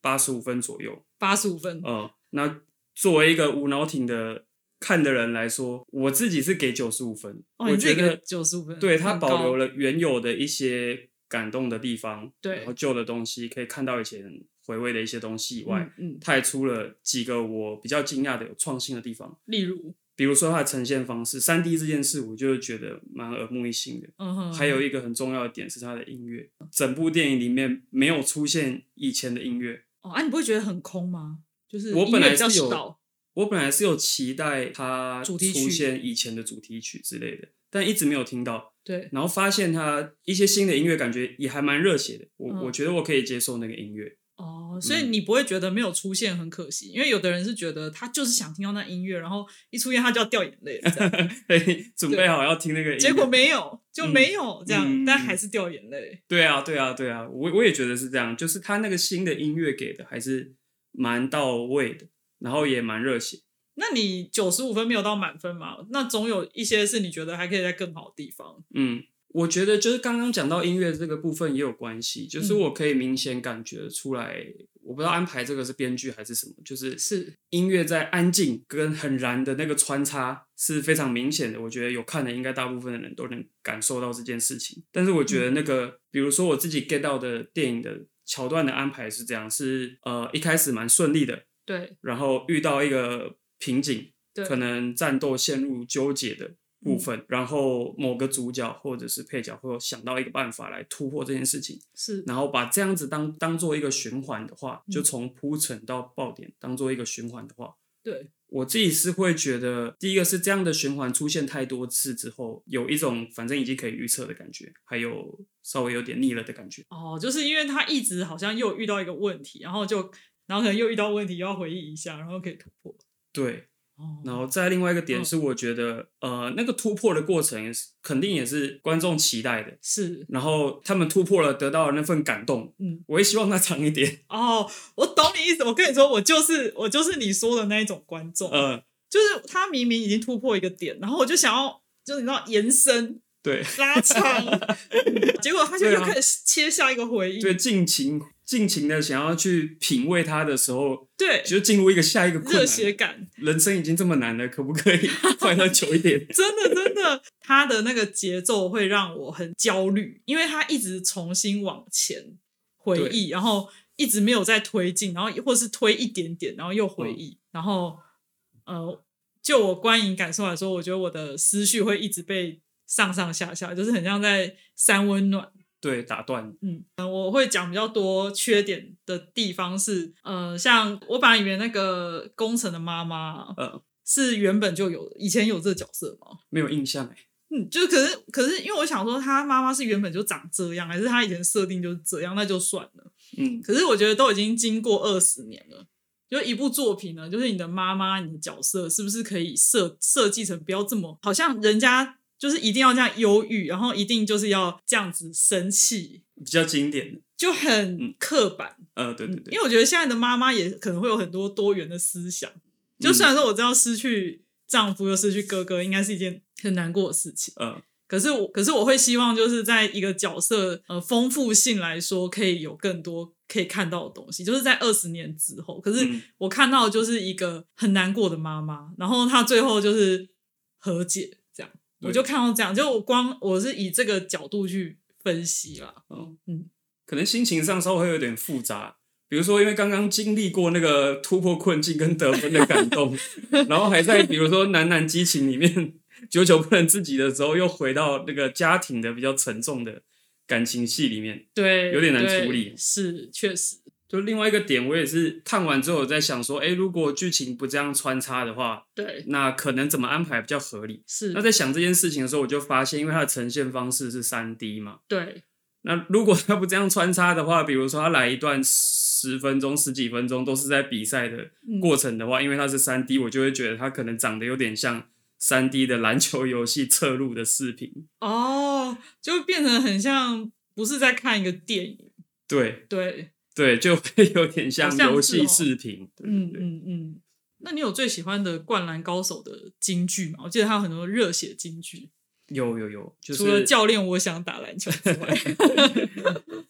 Speaker 3: 八十五分左右。
Speaker 1: 八十五分。
Speaker 3: 嗯，那作为一个无脑挺的看的人来说，我自己是给九十五分。
Speaker 1: 哦，
Speaker 3: 我
Speaker 1: 你这
Speaker 3: 觉
Speaker 1: 个
Speaker 3: 得
Speaker 1: 九十五分，
Speaker 3: 对，它
Speaker 1: 很
Speaker 3: 保
Speaker 1: 高
Speaker 3: 留了原有的一些感动的地方，
Speaker 1: 对
Speaker 3: 然后旧的东西可以看到以前回味的一些东西以外，
Speaker 1: 嗯嗯，
Speaker 3: 它也出了几个我比较惊讶的有创新的地方，
Speaker 1: 例如，
Speaker 3: 比如说它的呈现方式，三 D 这件事，我就觉得蛮耳目一新的。
Speaker 1: 嗯哼，
Speaker 3: 还有一个很重要的点是它的音乐，整部电影里面没有出现以前的音乐。
Speaker 1: 哦，啊，你不会觉得很空吗？就是
Speaker 3: 我
Speaker 1: 音
Speaker 3: 本
Speaker 1: 乐
Speaker 3: 来
Speaker 1: 比较
Speaker 3: 是有
Speaker 1: 少
Speaker 3: 我本来是有期待它
Speaker 1: 主
Speaker 3: 出
Speaker 1: 题曲
Speaker 3: 现以前的主题曲之类的，但一直没有听到。
Speaker 1: 对，
Speaker 3: 然后发现他一些新的音乐，感觉也还蛮热血的。我、
Speaker 1: 嗯
Speaker 3: 我觉得我可以接受那个音
Speaker 1: [laughs]
Speaker 3: 乐。
Speaker 1: 哦，所以
Speaker 3: 嗯
Speaker 1: 你不会觉得没有出现很可惜，因为有的人是觉得他就是想听到那音乐，然后一出现他就要掉眼泪了，这
Speaker 3: [laughs]
Speaker 1: 样
Speaker 3: 嘿，准备好要听那个音乐。
Speaker 1: 结果没有就没有这样，
Speaker 3: 嗯
Speaker 1: 但
Speaker 3: 嗯
Speaker 1: 还是掉眼泪。
Speaker 3: 对啊，对啊，对啊，我我也觉得是这样。就是他那个新的音乐给的还是蛮到位的，然后也蛮热血。
Speaker 1: 那你九十五分没有到满分嘛？那总有一些是你觉得还可以在更好的地方。
Speaker 3: 嗯，我觉得就是刚刚讲到音乐这个部分也有关系，就是
Speaker 1: 嗯
Speaker 3: 我可以明显感觉出来，我不知道安排这个是编剧还是什么，就是
Speaker 1: 是
Speaker 3: 音乐在安静跟很燃的那个穿插是非常明显的。我觉得有看的应该大部分的人都能感受到这件事情。但是我觉
Speaker 1: 嗯
Speaker 3: 得那个，比如说我自己 get 到的电影的桥段的安排是这样，是呃一开始蛮顺利的，
Speaker 1: 对
Speaker 3: 然后遇到一个瓶颈，
Speaker 1: 对，嗯
Speaker 3: 可能战斗陷入纠结的部分，然后某个主角或者是配角会有想到一个办法来突破这件事情，
Speaker 1: 是
Speaker 3: 然后把这样子当当做一个循环的话，
Speaker 1: 嗯
Speaker 3: 就从铺陈到爆点当做一个循环的话，
Speaker 1: 对
Speaker 3: 我自己是会觉得，第一个是这样的循环出现太多次之后，有一种反正已经可以预测的感觉，还有稍微有点腻了的感觉。
Speaker 1: 哦，就是因为他一直好像又遇到一个问题，然后就然后可能又遇到问题，又要回忆一下，然后可以突破。
Speaker 3: 对，
Speaker 1: 哦，
Speaker 3: 然后再另外一个点
Speaker 1: 嗯
Speaker 3: 是，我觉得、呃，那个突破的过程也是肯定也是观众期待的，
Speaker 1: 是
Speaker 3: 然后他们突破了，得到了那份感动，
Speaker 1: 嗯，
Speaker 3: 我也希望它长一点。
Speaker 1: 哦，我懂你意思。我跟你说，我就是我就是你说的那一种观众，
Speaker 3: 呃，
Speaker 1: 就是他明明已经突破一个点，然后我就想要就是你知道延伸
Speaker 3: 对，
Speaker 1: 拉
Speaker 3: [laughs]
Speaker 1: 长，结果他就
Speaker 3: 对
Speaker 1: 又
Speaker 3: 啊
Speaker 1: 开始切下一个回忆，
Speaker 3: 对，尽情尽情的想要去品味它的时候，
Speaker 1: 对，
Speaker 3: 就进入一个下一个困
Speaker 1: 热血
Speaker 3: 难。
Speaker 1: 感，
Speaker 3: 人生已经这么难了，可不可
Speaker 1: [laughs]
Speaker 3: 以快乐久一点？
Speaker 1: 真的真的，他的那个节奏会让我很焦虑，因为他一直重新往前回忆，然后一直没有在推进，然后或是推一点点，然后又回忆，
Speaker 3: 嗯
Speaker 1: 然后呃，就我观影感受来说，我觉得我的思绪会一直被上上下下，就是很像在三温暖。
Speaker 3: 对，打断。
Speaker 1: 嗯，呃我会讲比较多缺点的地方是，呃，像我把里面那个工程的妈妈，
Speaker 3: 呃，
Speaker 1: 是原本就有的，以前有这个角色吗？
Speaker 3: 没有印象哎、
Speaker 1: 嗯，就是可是可是，因为我想说，他妈妈是原本就长这样，还是他以前设定就是这样，那就算了。
Speaker 3: 嗯，
Speaker 1: 可是我觉得都已经经过二十年了，就一部作品呢，就是你的妈妈、你的角色是不是可以设设计成不要这么，好像人家就是一定要这样忧郁，然后一定就是要这样子生气，
Speaker 3: 比较经典的。
Speaker 1: 就很
Speaker 3: 嗯
Speaker 1: 刻板。
Speaker 3: 呃，对对对，
Speaker 1: 因为我觉得现在的妈妈也可能会有很多多元的思想。就虽然说我知道失去丈夫又失去哥哥，应该是一件很难过的事情。
Speaker 3: 呃，
Speaker 1: 可是我，可是我会希望，就是在一个角色呃丰富性来说，可以有更多可以看到的东西，就是在二十年之后。可是
Speaker 3: 嗯
Speaker 1: 我看到的就是一个很难过的妈妈，然后她最后就是和解，这样
Speaker 3: 对
Speaker 1: 我就看到这样，就我光我是以这个角度去分析啦。嗯
Speaker 3: 嗯，可能心情上稍微会有点复杂。比如说，因为刚刚经历过那个突破困境跟得分的感动， [laughs] 然后还在比如说男男激情里面久久不能自己的时候，又回到那个家庭的比较沉重的感情戏里面。
Speaker 1: 对，
Speaker 3: 有点难
Speaker 1: 对
Speaker 3: 处理
Speaker 1: 是确实，
Speaker 3: 就另外一个点，我也是看完之后有在想说，哎，如果剧情不这样穿插的话，
Speaker 1: 对，
Speaker 3: 那可能怎么安排比较合理？
Speaker 1: 是
Speaker 3: 那在想这件事情的时候，我就发现，因为它的呈现方式是三 D 嘛，
Speaker 1: 对
Speaker 3: 那如果他不这样穿插的话，比如说他来一段十分钟、十几分钟都是在比赛的
Speaker 1: 嗯
Speaker 3: 过程的话，因为它是三 D，我就会觉得它可能长得有点像三 D 的篮球游戏侧录的视频。
Speaker 1: 哦，就变成很像不是在看一个电影，
Speaker 3: 对
Speaker 1: 对，
Speaker 3: 对，就会有点像
Speaker 1: 好像是
Speaker 3: 游戏
Speaker 1: 哦
Speaker 3: 视频。对
Speaker 1: 嗯
Speaker 3: 对
Speaker 1: 嗯嗯。那你有最喜欢的《灌篮高手》的金句吗？我记得他有很多热血金句，
Speaker 3: 有有有，就是
Speaker 1: 除了教练我想打篮球之
Speaker 3: [laughs]
Speaker 1: 外，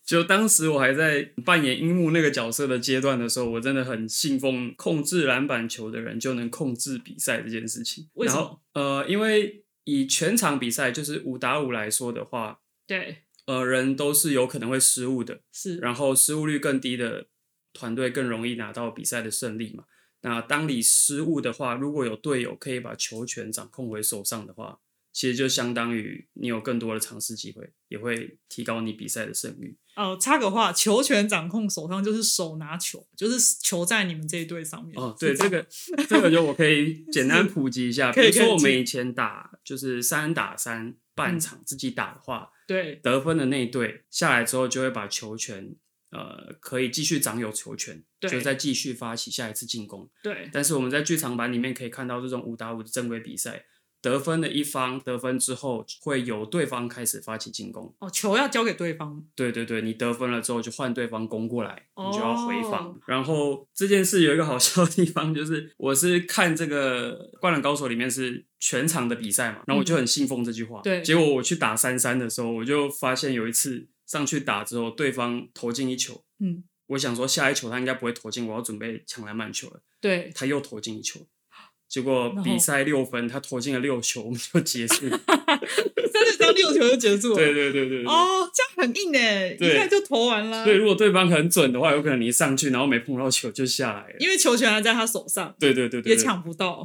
Speaker 3: 就当时我还在扮演樱木那个角色的阶段的时候，我真的很信奉控制篮板球的人就能控制比赛这件事情。
Speaker 1: 为什
Speaker 3: 然
Speaker 1: 么
Speaker 3: 后呃，因为以全场比赛就是五打五来说的话，
Speaker 1: 对，
Speaker 3: 呃，人都是有可能会失误的，
Speaker 1: 是，
Speaker 3: 然后失误率更低的团队更容易拿到比赛的胜利嘛。那当你失误的话，如果有队友可以把球权掌控回手上的话，其实就相当于你有更多的尝试机会，也会提高你比赛的胜率。
Speaker 1: 哦、插个话，球权掌控手上就是手拿球，就是球在你们这一队上面。
Speaker 3: 哦，对，
Speaker 1: 是吧
Speaker 3: 这个这个就我可
Speaker 1: [laughs]
Speaker 3: 以简单普及一下。
Speaker 1: 可
Speaker 3: 比
Speaker 1: 以嗯
Speaker 3: 如说我
Speaker 1: 可
Speaker 3: 们
Speaker 1: 以
Speaker 3: 以前打就是三打三半场自己打的话，
Speaker 1: 对
Speaker 3: 得分的那一队下来之后就会把球权，呃，可以继续掌有球权，
Speaker 1: 对
Speaker 3: 就再继续发起下一次进攻。
Speaker 1: 对
Speaker 3: 但是我们在剧场版里面可以看到这种五打五的正规比赛。得分的一方得分之后，会由对方开始发起进攻。
Speaker 1: 哦，球要交给对方。
Speaker 3: 对对对，你得分了之后就换对方攻过来，
Speaker 1: 哦
Speaker 3: 你就要回防。然后这件事有一个好笑的地方，就是我是看这个《灌篮高手》里面是全场的比赛嘛，然后我就很信奉这句话。
Speaker 1: 嗯对
Speaker 3: 结果我去打三三的时候，我就发现有一次上去打之后，对方投进一球，
Speaker 1: 嗯，
Speaker 3: 我想说下一球他应该不会投进，我要准备抢篮板球了。
Speaker 1: 对，
Speaker 3: 他又投进一球，结果
Speaker 1: 然后
Speaker 3: 比赛六分，他投进了六球，我们就
Speaker 1: [laughs]
Speaker 3: 结束。
Speaker 1: 真的只要六球就结束了。
Speaker 3: 对对对对对。
Speaker 1: 哦，这样很硬哎，一
Speaker 3: 对
Speaker 1: 下就投完了
Speaker 3: 所以，。如果对方很准的话，有可能你一上去，然后没碰到球就下来了。
Speaker 1: 因为球权还在他手上，
Speaker 3: 对对对对，
Speaker 1: 也
Speaker 3: 对
Speaker 1: 抢不
Speaker 3: [laughs]
Speaker 1: 到。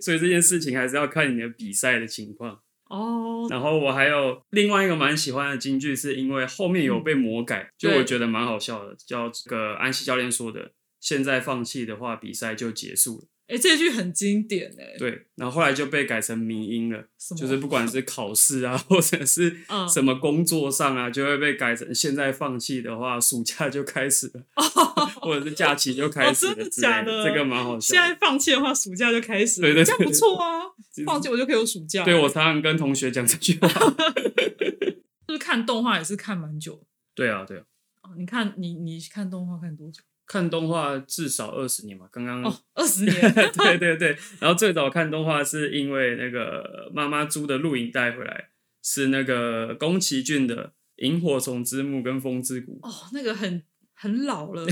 Speaker 3: 所以这件事情还是要看你的比赛的情况。
Speaker 1: 哦，
Speaker 3: 然后我还有另外一个蛮喜欢的金句，是因为后面有被魔改，
Speaker 1: 嗯
Speaker 3: 就
Speaker 1: 对
Speaker 3: 我觉得蛮好笑的，叫这个安西教练说的：“现在放弃的话，比赛就结束了。
Speaker 1: 哎，这句很经典哎”。
Speaker 3: 对，然后后来就被改成迷音了，
Speaker 1: 什么
Speaker 3: 就是不管是考试啊， [laughs] 或者是
Speaker 1: 嗯
Speaker 3: 什么工作上啊，就会被改成“现在放弃的话，暑假就开始了，或者是假期就开始了
Speaker 1: 哦”真的
Speaker 3: 之类
Speaker 1: 假的
Speaker 3: 这个蛮好笑
Speaker 1: [laughs] 现
Speaker 3: 的。
Speaker 1: 在放弃的话，暑假就开始，
Speaker 3: 对对对
Speaker 1: 这样不错啊。
Speaker 3: 其实
Speaker 1: 放弃我就可以有暑假。
Speaker 3: 对我常常跟同学讲这句话。 [laughs]
Speaker 1: 就是看动画也是看蛮久
Speaker 3: 对啊，对啊。
Speaker 1: 哦。你看你你看动画看多久？
Speaker 3: 看动画至少二十年嘛，刚刚、
Speaker 1: 哦，二十年。
Speaker 3: [laughs] 对对对，然后最早看动画是因为那个妈妈租的录影带回来，是那个宫崎骏的《萤火虫之墓》跟《风之谷。
Speaker 1: 哦，那个很很老了，》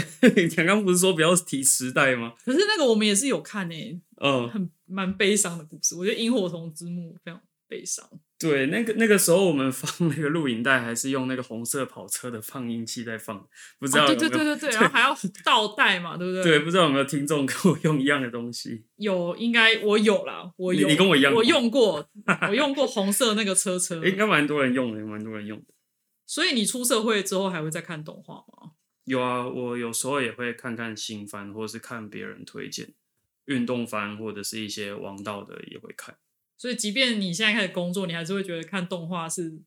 Speaker 3: [laughs] 刚刚不是说不要提时代吗？
Speaker 1: 可是那个我们也是有看诶、
Speaker 3: 嗯，
Speaker 1: 很蛮悲伤的故事。我觉得《萤火虫之墓》非常悲伤。
Speaker 3: 对，那个那个时候我们放那个录影带还是用那个红色跑车的放映器在放，不知道
Speaker 1: 哦
Speaker 3: 有没
Speaker 1: 对
Speaker 3: 有、
Speaker 1: 对对
Speaker 3: [laughs]
Speaker 1: 对对，然后还要倒带嘛，对不对？
Speaker 3: 对不知道有没有听众跟我用一样的东西？
Speaker 1: 有应该我有啦，我
Speaker 3: 你
Speaker 1: 有，
Speaker 3: 你跟我一样吗
Speaker 1: 我用过， [laughs] 我用过红色那个车车。
Speaker 3: 应该蛮多人用的，蛮多人用的。
Speaker 1: 所以你出社会之后还会再看动画吗？
Speaker 3: 有啊，我有时候也会看看新番，或是看别人推荐运动番，或者是一些王道的也会看。
Speaker 1: 所以即便你现在开始工作，你还是会觉得看动画是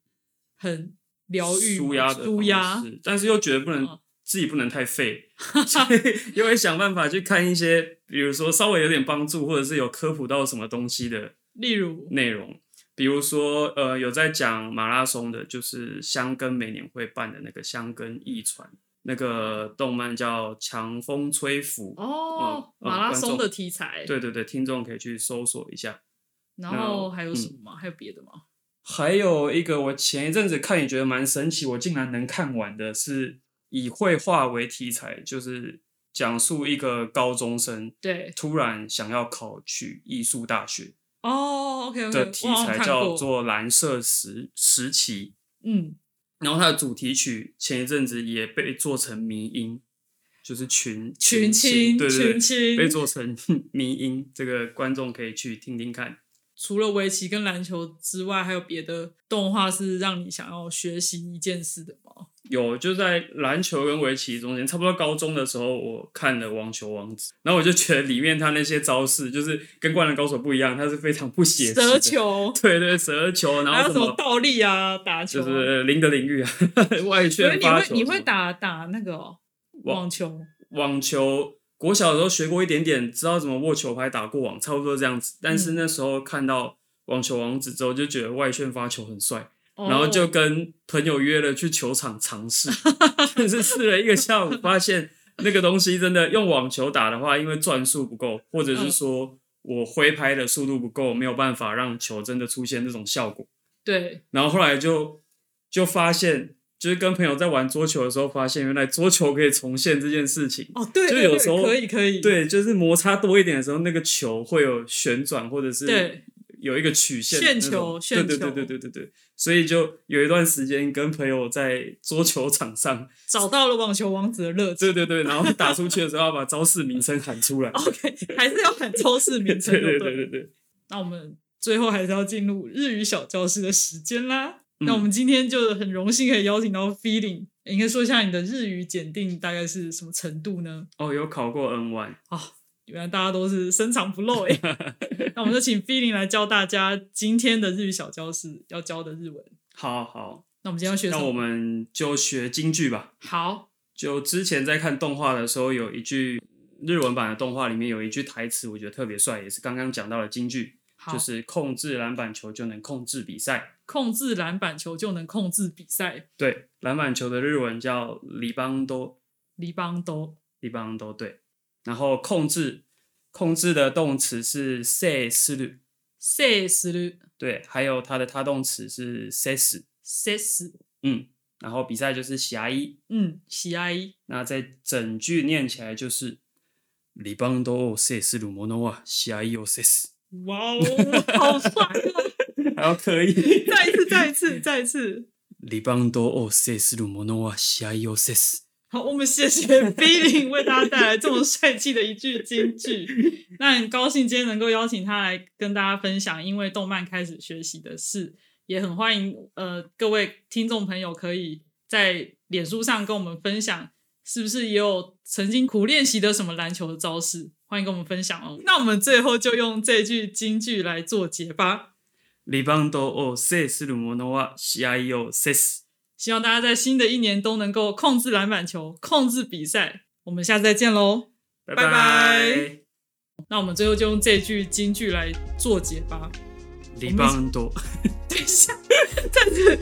Speaker 1: 很疗愈、
Speaker 3: 舒压的
Speaker 1: 舒
Speaker 3: 方
Speaker 1: 压。
Speaker 3: 式，但是又觉得不能、
Speaker 1: 嗯
Speaker 3: 自己不能
Speaker 1: [laughs]
Speaker 3: 太废，所以又会想办法去看一些，比如说稍微有点帮助，或者是有科普到什么东西的
Speaker 1: 例如，
Speaker 3: 内容。比如说，呃，有在讲马拉松的，就是香根每年会办的那个香根艺传，那个动漫叫《强风吹拂》。
Speaker 1: 哦，
Speaker 3: 嗯
Speaker 1: 马拉松
Speaker 3: 观
Speaker 1: 的
Speaker 3: 众
Speaker 1: 题材，
Speaker 3: 对对对，听众可以去搜索一下。
Speaker 1: 然
Speaker 3: 然
Speaker 1: 后
Speaker 3: 后
Speaker 1: 还有什么吗？还有别的吗？
Speaker 3: 还有一个我前一阵子看也觉得蛮神奇，我竟然能看完的是以绘画为题材，就是讲述一个高中生
Speaker 1: 对，
Speaker 3: 突然想要考取艺术大学
Speaker 1: 哦，OK OK，
Speaker 3: 的题
Speaker 1: 我好像
Speaker 3: 材
Speaker 1: 看
Speaker 3: 叫
Speaker 1: 过
Speaker 3: 做《蓝色时时期》，
Speaker 1: 嗯，
Speaker 3: 然后它的主题曲前一阵子也被做成迷音，就是群
Speaker 1: 群
Speaker 3: 情
Speaker 1: 青
Speaker 3: 对对
Speaker 1: 群
Speaker 3: 对，
Speaker 1: 青
Speaker 3: 被。做成 [laughs] 迷音，这个观众可以去听听看。
Speaker 1: 除了围棋跟篮球之外，还有别的动画是让你想要学习一件事的吗？
Speaker 3: 有，就在篮球跟围棋中间，差不多高中的时候，我看了《网球王子》，然后我就觉得里面他那些招式，就是跟《灌篮高手》不一样，他是非常不写实的
Speaker 1: 折，球，
Speaker 3: 对对，折球，然
Speaker 1: 还
Speaker 3: 后
Speaker 1: 有
Speaker 3: 什
Speaker 1: 什么
Speaker 3: 么
Speaker 1: 倒立啊，打球
Speaker 3: 就
Speaker 1: 啊。
Speaker 3: 是零的领域啊， [laughs] 外
Speaker 1: 所以
Speaker 3: 旋
Speaker 1: 你
Speaker 3: 发
Speaker 1: 会
Speaker 3: 球
Speaker 1: 你
Speaker 3: 什
Speaker 1: 会
Speaker 3: 么
Speaker 1: 打打那个哦
Speaker 3: 网
Speaker 1: 网球，
Speaker 3: 网球。国小的时候学过一点点，知道怎么握球拍、打过网，差不多这样子。但是
Speaker 1: 嗯
Speaker 3: 那时候看到《网球王子》之后，就觉得外旋发球很帅，
Speaker 1: 哦
Speaker 3: 然后就跟朋友约了去球场尝
Speaker 1: [laughs]
Speaker 3: 试，但是试了一个下午，发现那个东西真的用网球打的话，因为转速不够，或者
Speaker 1: 嗯
Speaker 3: 是说我挥拍的速度不够，没有办法让球真的出现这种效果。
Speaker 1: 对
Speaker 3: 然后后来就就发现，就是跟朋友在玩桌球的时候，发现原来桌球可以重现这件事情。
Speaker 1: 哦对，
Speaker 3: 就
Speaker 1: 对
Speaker 3: 有
Speaker 1: 对
Speaker 3: 时候
Speaker 1: 可以可以，
Speaker 3: 对，就是摩擦多一点的时候，那个球会有旋转，或者是
Speaker 1: 对
Speaker 3: 有一个曲线
Speaker 1: 旋
Speaker 3: 的那种
Speaker 1: 球旋
Speaker 3: 对
Speaker 1: 球
Speaker 3: 对对对对对对，所以就有一段时间跟朋友在桌球场上，
Speaker 1: 找到了网球王子的乐趣。
Speaker 3: 对对对，然后打出去的时候要把招式名称喊出来，
Speaker 1: OK，还是要喊超市名
Speaker 3: 对
Speaker 1: 称，
Speaker 3: 对
Speaker 1: 哦对
Speaker 3: 对
Speaker 1: 了
Speaker 3: 对对，
Speaker 1: 那我们最后还是要进入日语小教室的时间啦。
Speaker 3: 嗯
Speaker 1: 那我们今天就很荣幸可以邀请到 Feeling，应该说一下你的日语检定大概是什么程度呢？
Speaker 3: 哦，有考过 N one，
Speaker 1: 原来大家都是深藏不露哎、
Speaker 3: [laughs]
Speaker 1: 那我们就请 Feeling 来教大家今天的日语小教室要教的日文。
Speaker 3: 好好，
Speaker 1: 那我们今天要学什
Speaker 3: 那
Speaker 1: 么？
Speaker 3: 我们就学京剧吧。
Speaker 1: 好，
Speaker 3: 就之前在看动画的时候，有一句日文版的动画里面有一句台词，我觉得特别帅，也是刚刚讲到的京剧，
Speaker 1: 好，
Speaker 3: 就是控制篮板球就能控制比赛。
Speaker 1: 控制篮板球就能控制比赛。
Speaker 3: 对，篮板球的日文叫リバウンド，
Speaker 1: 黎邦都
Speaker 3: リバウンド对。然后控制控制的动词是 se s u
Speaker 1: 制する
Speaker 3: 对，还有它的他动词是 ses，
Speaker 1: 接す
Speaker 3: 嗯，然后比赛就是侠一，
Speaker 1: 嗯，喜爱
Speaker 3: 那在整句念起来就是“リバウンドを制する者は試合を制す
Speaker 1: 哇哦，好帅哦！”，
Speaker 3: 还要刻意
Speaker 1: 再一次，再一次，再一次。
Speaker 3: “リバウンドを制する者は試合を制す
Speaker 1: 好，我们谢谢 b i l 为大家带来这么帅气的一句金句。那很高兴今天能够邀请他来跟大家分享，因为动漫开始学习的事，也很欢迎呃各位听众朋友可以在脸书上跟我们分享，是不是也有曾经苦练习的什么篮球的招式，欢迎跟我们分享哦。那我们最后就用这句金句来做结吧。”。
Speaker 3: リバウンドを制する者は試合を制す。
Speaker 1: 希望大家在新的一年都能够控制篮板球，控制比赛。我们下次再见喽！
Speaker 3: 拜
Speaker 1: 拜拜。那我们最后就用这句金句来做结吧。 [laughs]
Speaker 3: リバウンド。
Speaker 1: 等一下，但是